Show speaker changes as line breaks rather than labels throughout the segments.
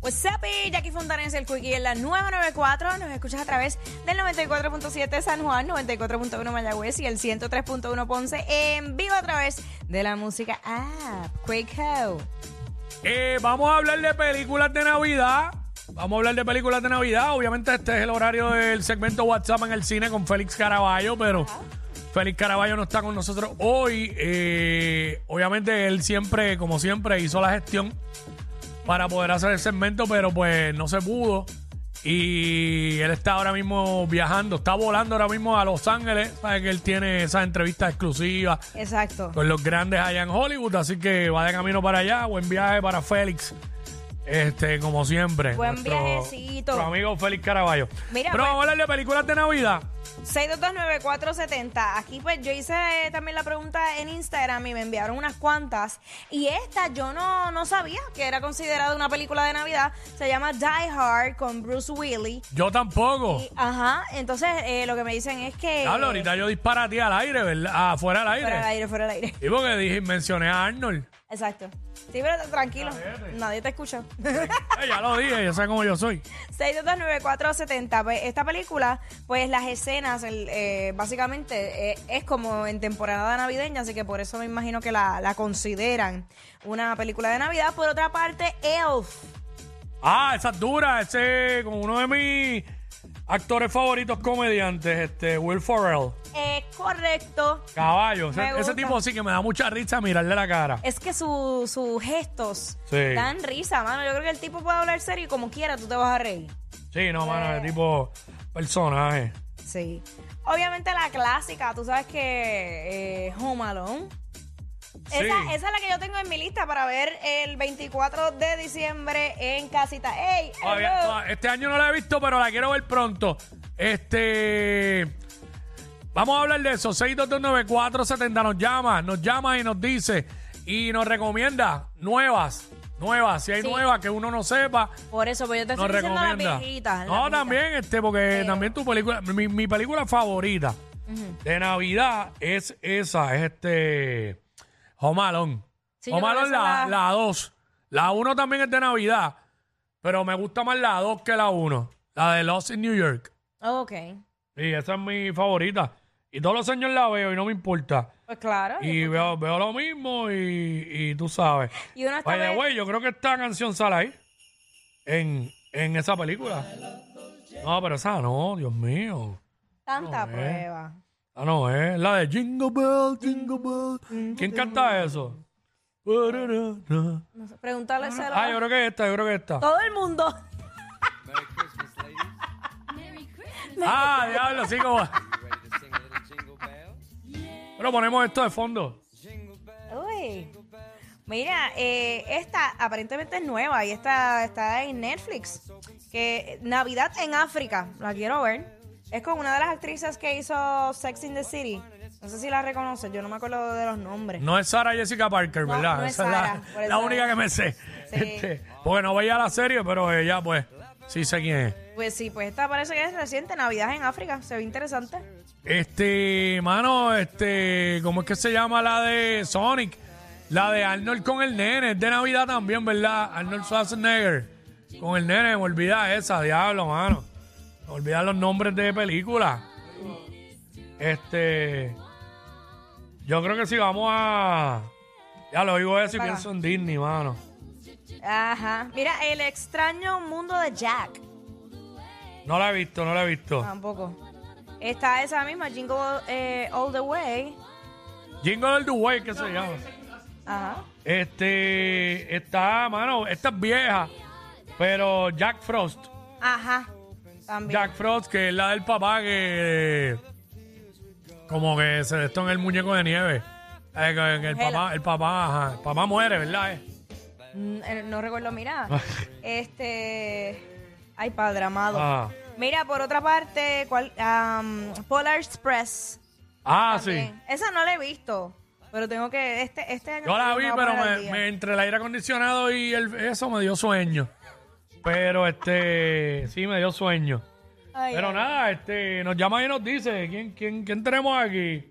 What's up, y Pues Jackie Fontanes, el Quickie en la 994. Nos escuchas a través del 94.7 San Juan, 94.1 Mayagüez y el 103.1 Ponce en vivo a través de la música app Quicko.
Eh, vamos a hablar de películas de Navidad. Vamos a hablar de películas de Navidad. Obviamente este es el horario del segmento WhatsApp en el cine con Félix Caraballo, pero Félix Caraballo no está con nosotros hoy. Eh, obviamente él siempre, como siempre, hizo la gestión para poder hacer el segmento, pero pues no se pudo. Y él está ahora mismo viajando, está volando ahora mismo a Los Ángeles. Sabes que él tiene esas entrevistas exclusivas
Exacto.
con los grandes allá en Hollywood, así que va de camino para allá. Buen viaje para Félix. Este, como siempre.
Buen
nuestro-
viajecito.
nuestro amigo Félix Caraballo.
Mira,
Pero
pues-
vamos a hablar de películas de Navidad.
6229470. Aquí pues yo hice eh, también la pregunta en Instagram y me enviaron unas cuantas. Y esta yo no, no sabía que era considerada una película de Navidad. Se llama Die Hard con Bruce Willis.
Yo tampoco.
Y, ajá, entonces eh, lo que me dicen es que...
Hablo, ahorita yo disparé a ti al aire, ¿verdad? Ah, Afuera al aire.
Fuera del aire, fuera del aire.
Y porque dije, mencioné a Arnold.
Exacto. Sí, pero tranquilo. Nadie te escucha.
Eh, ya lo dije, yo sé cómo yo soy.
6229470. Pues, Esta película, pues las escenas, el, eh, básicamente, eh, es como en temporada navideña, así que por eso me imagino que la, la consideran una película de Navidad. Por otra parte, Elf.
Ah, esa es dura, ese con uno de mis actores favoritos comediantes, este, Will Ferrell.
Es correcto.
Caballo. Ese-
Me gusta.
ese tipo sí que me da mucha risa mirarle la cara.
Es que su- sus gestos
Sí.
dan risa, mano. Yo creo que el tipo puede hablar serio y como quiera tú te vas a reír.
Sí, no, mano, de tipo personaje.
Sí. Obviamente la clásica, tú sabes que eh, Home Alone.
Sí.
Esa, esa es la que yo tengo en mi lista para ver el 24 de diciembre en casita. ¡Ey!
Todavía-
hello!
toda- este año no la he visto, pero la quiero ver pronto. Este. Vamos a hablar de eso. 6229470 nos llama, nos llama y nos dice y nos recomienda nuevas, nuevas, si hay
Sí.
nuevas que uno no sepa.
Por eso, pues yo te
Nos
estoy diciendo las
recomienda.
viejitas.
no,
las viejitas.
también, este, porque
Pero-
también tu película, mi, mi película favorita de Navidad es esa, es este Home Alone.
Sí, yo
Home
creo que
Alone,
esa
la
la-
la 2. La 1 también es de Navidad, pero me gusta más la 2 que la 1. La de Lost in New York.
Ok.
Y esa es mi favorita. Y todos los años la veo y no me importa.
Pues claro.
Y veo, veo lo mismo y, y tú sabes.
Y uno está
By the
ve-
way, yo creo que esta canción sale ahí. En, en esa película. No, pero esa no, Dios mío.
Tanta
no, eh.
prueba.
Ah, no, es la de Jingle Bell, Jingle Bell. ¿Quién canta eso? Ah,
No sé, Pregúntale ese lo-
yo creo que esta, yo creo que esta.
Todo el mundo.
Ah, diablo, sí, como. Pero ponemos esto de fondo.
Uy. Mira, eh, esta aparentemente es nueva y esta está en Netflix. Que Navidad en África, la quiero ver. Es con una de las actrices que hizo Sex in the City. No sé si la reconoces, yo no me acuerdo de los nombres.
No es Sara Jessica Parker,
No,
¿verdad?
no es
Esa es la-
Sarah, por
la,
eso-
única que me sé. Este, porque no veía la serie, pero ella, pues, sí sé quién es.
Pues sí, pues esta parece que es reciente, Navidad en África. Se ve interesante.
Este, mano, este, ¿cómo es que se llama la de Sonic? La de Arnold con el nene, es de Navidad también, ¿verdad? Arnold Schwarzenegger con el nene, me olvida esa, diablo, mano. Me olvida los nombres de películas. Este, yo creo que si vamos a. Ya lo digo eso y
Para.
pienso en Disney, mano.
Ajá. Mira, El extraño mundo de Jack.
No la he visto, no la he visto.
Tampoco. Está esa misma, Jingle eh, All the Way.
Jingle All the Way, ¿qué se llama?
Ajá.
Este está, mano, esta es vieja, pero Jack Frost.
Ajá. También.
Jack Frost, que es la del papá que. Como que se destó en el muñeco de nieve. Eh, que- que el
Congela.
papá, el papá, ajá, el papá muere, ¿verdad? eh?
Mm, eh, No recuerdo, mira.
Ah.
este. Ay, padre amado.
Ah,
Mira, por otra parte, ¿cuál? Am, Polar Express.
Ah, sí.
también. Esa no la he visto, pero tengo que. Este, este año
Yo la vi,
voy a
pero
poner al
me,
día.
me- entre el aire acondicionado y el, eso me dio sueño. Pero este, sí, me dio sueño.
Ay,
Pero
ay.
nada, este, nos llama y nos dice, ¿quién, quién, quién tenemos aquí?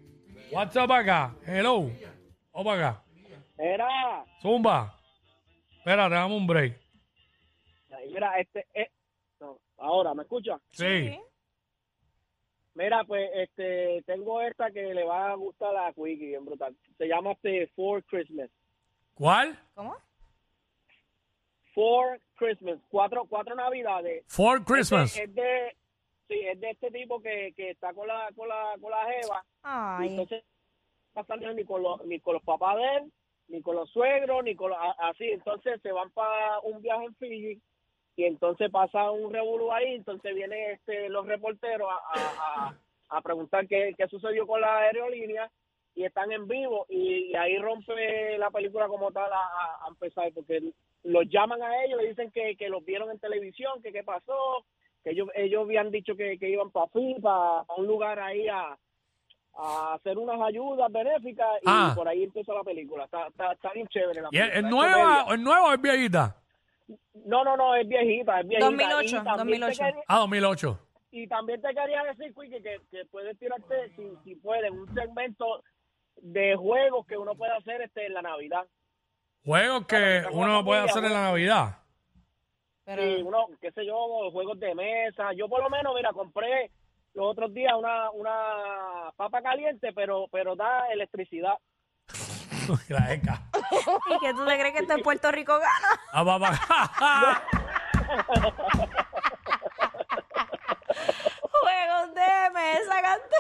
WhatsApp acá, hello, o para acá,
Mira,
zumba. Espérate, dame un break.
ay, mira, este, eh, no, ahora, ¿me escucha?
Sí.
Sí.
Mira, pues, este, tengo esta que le va a gustar a Quickie, bien brutal. Se llama este For Christmas.
¿Cuál?
¿Cómo?
For Christmas, cuatro, cuatro navidades.
For Christmas.
Es de, sí, es de este tipo que, que está con la, con la, con la jeva. Y
Ay.
entonces no va a salir ni con, los, ni con los papás de él, ni con los suegros, ni con los, a- así. Entonces se van para un viaje en Fiji y entonces pasa un revolú ahí. Entonces vienen este, los reporteros a, a- a- a preguntar qué, qué sucedió con la aerolínea y están en vivo y, y ahí rompe la película como tal a, a- a empezar porque los llaman a ellos, le dicen que, que los vieron en televisión, que qué pasó, que ellos, ellos habían dicho que, que iban para para un lugar ahí a, a hacer unas ayudas benéficas y
Ah.
por ahí empieza la película. Está, está, está bien chévere la
¿Y es,
película.
es
Es
nueva,
comedia.
es nueva o es viejita?
No, no, no, es viejita, es viejita.
2008,
Y también te
2008.
quería-
Ah, 2008.
y también te quería decir, Quickie, que, que puedes tirarte, si, si puedes, un segmento de juegos que uno puede hacer este en la Navidad.
Juegos que
Claro,
uno puede
familia,
hacer en la Navidad.
Pero,
Sí, uno, qué sé yo, juegos de mesa. Yo por lo menos, mira, compré los otros días una, una papa caliente, pero, pero da electricidad.
La ECA.
¿Y que tú te crees que esto en Puerto Rico gana?
Ah, papá.
Juegos de mesa, canta.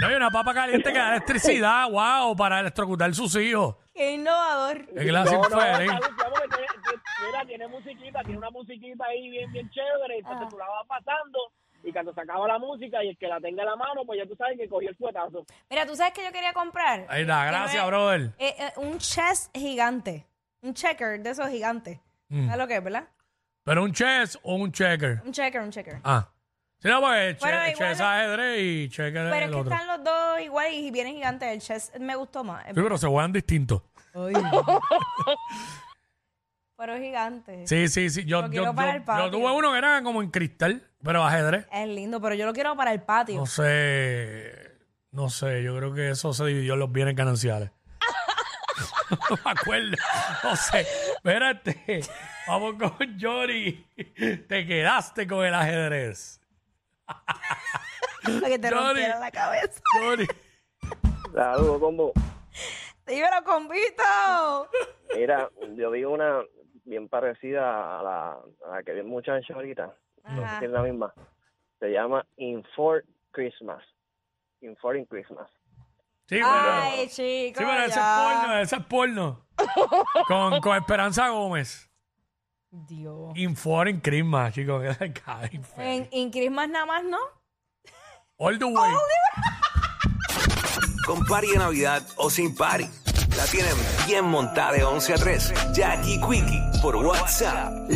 No, hay una papa caliente que da electricidad, wow, para electrocutar sus hijos.
Qué innovador.
Es que la ¿eh? hacen
No, no,
feliz.
está bien, porque tiene- tiene- mira, tiene musiquita, tiene una musiquita ahí bien, bien chévere, entonces
Ah.
tú la vas pasando y cuando se acaba la música y el que la tenga en la mano, pues ya tú sabes que cogió el fuetazo.
Mira, tú sabes que yo quería comprar.
Ahí está, gracias,
Que no es-
brother.
eh, eh, un chess gigante. Un checker de esos gigantes.
Mm.
¿Sabes lo que es, verdad?
Pero un chess o un checker.
Un checker, un checker.
Ah. Si no, pues che-
Bueno, igual
chess
es-
ajedrez y checker
Pero es
el
que
otro.
están los dos igual y vienen gigantes. El chess me gustó más.
Sí, pero se juegan distintos.
Pero es gigante.
Sí, sí, sí. Yo,
Lo
yo,
quiero
yo,
para el
yo
patio.
tuve uno que era como en cristal, pero ajedrez.
Es lindo, pero yo lo quiero para el patio.
No sé. No sé, yo creo que eso se dividió en los bienes gananciales. no me acuerdo. No sé. Espérate. Vamos con Jory. Te quedaste con el ajedrez.
Para que te
Johnny.
rompiera la cabeza.
Jory.
Saludos, combo.
Dímelo, convito.
Mira, yo vi una bien parecida a la, a la que vi el muchacho ahorita. No sé
Ajá.
si es la misma. Se llama In For Christmas. In For in Christmas.
Sí, pero-
Ay, chicos.
Sí, pero ese es
ya.
porno, ese es porno. con, con Esperanza Gómez.
Dios.
Inform Christmas, chicos. Cada infeliz.
En, en Christmas nada más, ¿no?
All the way.
Con party de Navidad o sin party. La tienen bien montada de 11 a 3. Jackie Quickie por WhatsApp.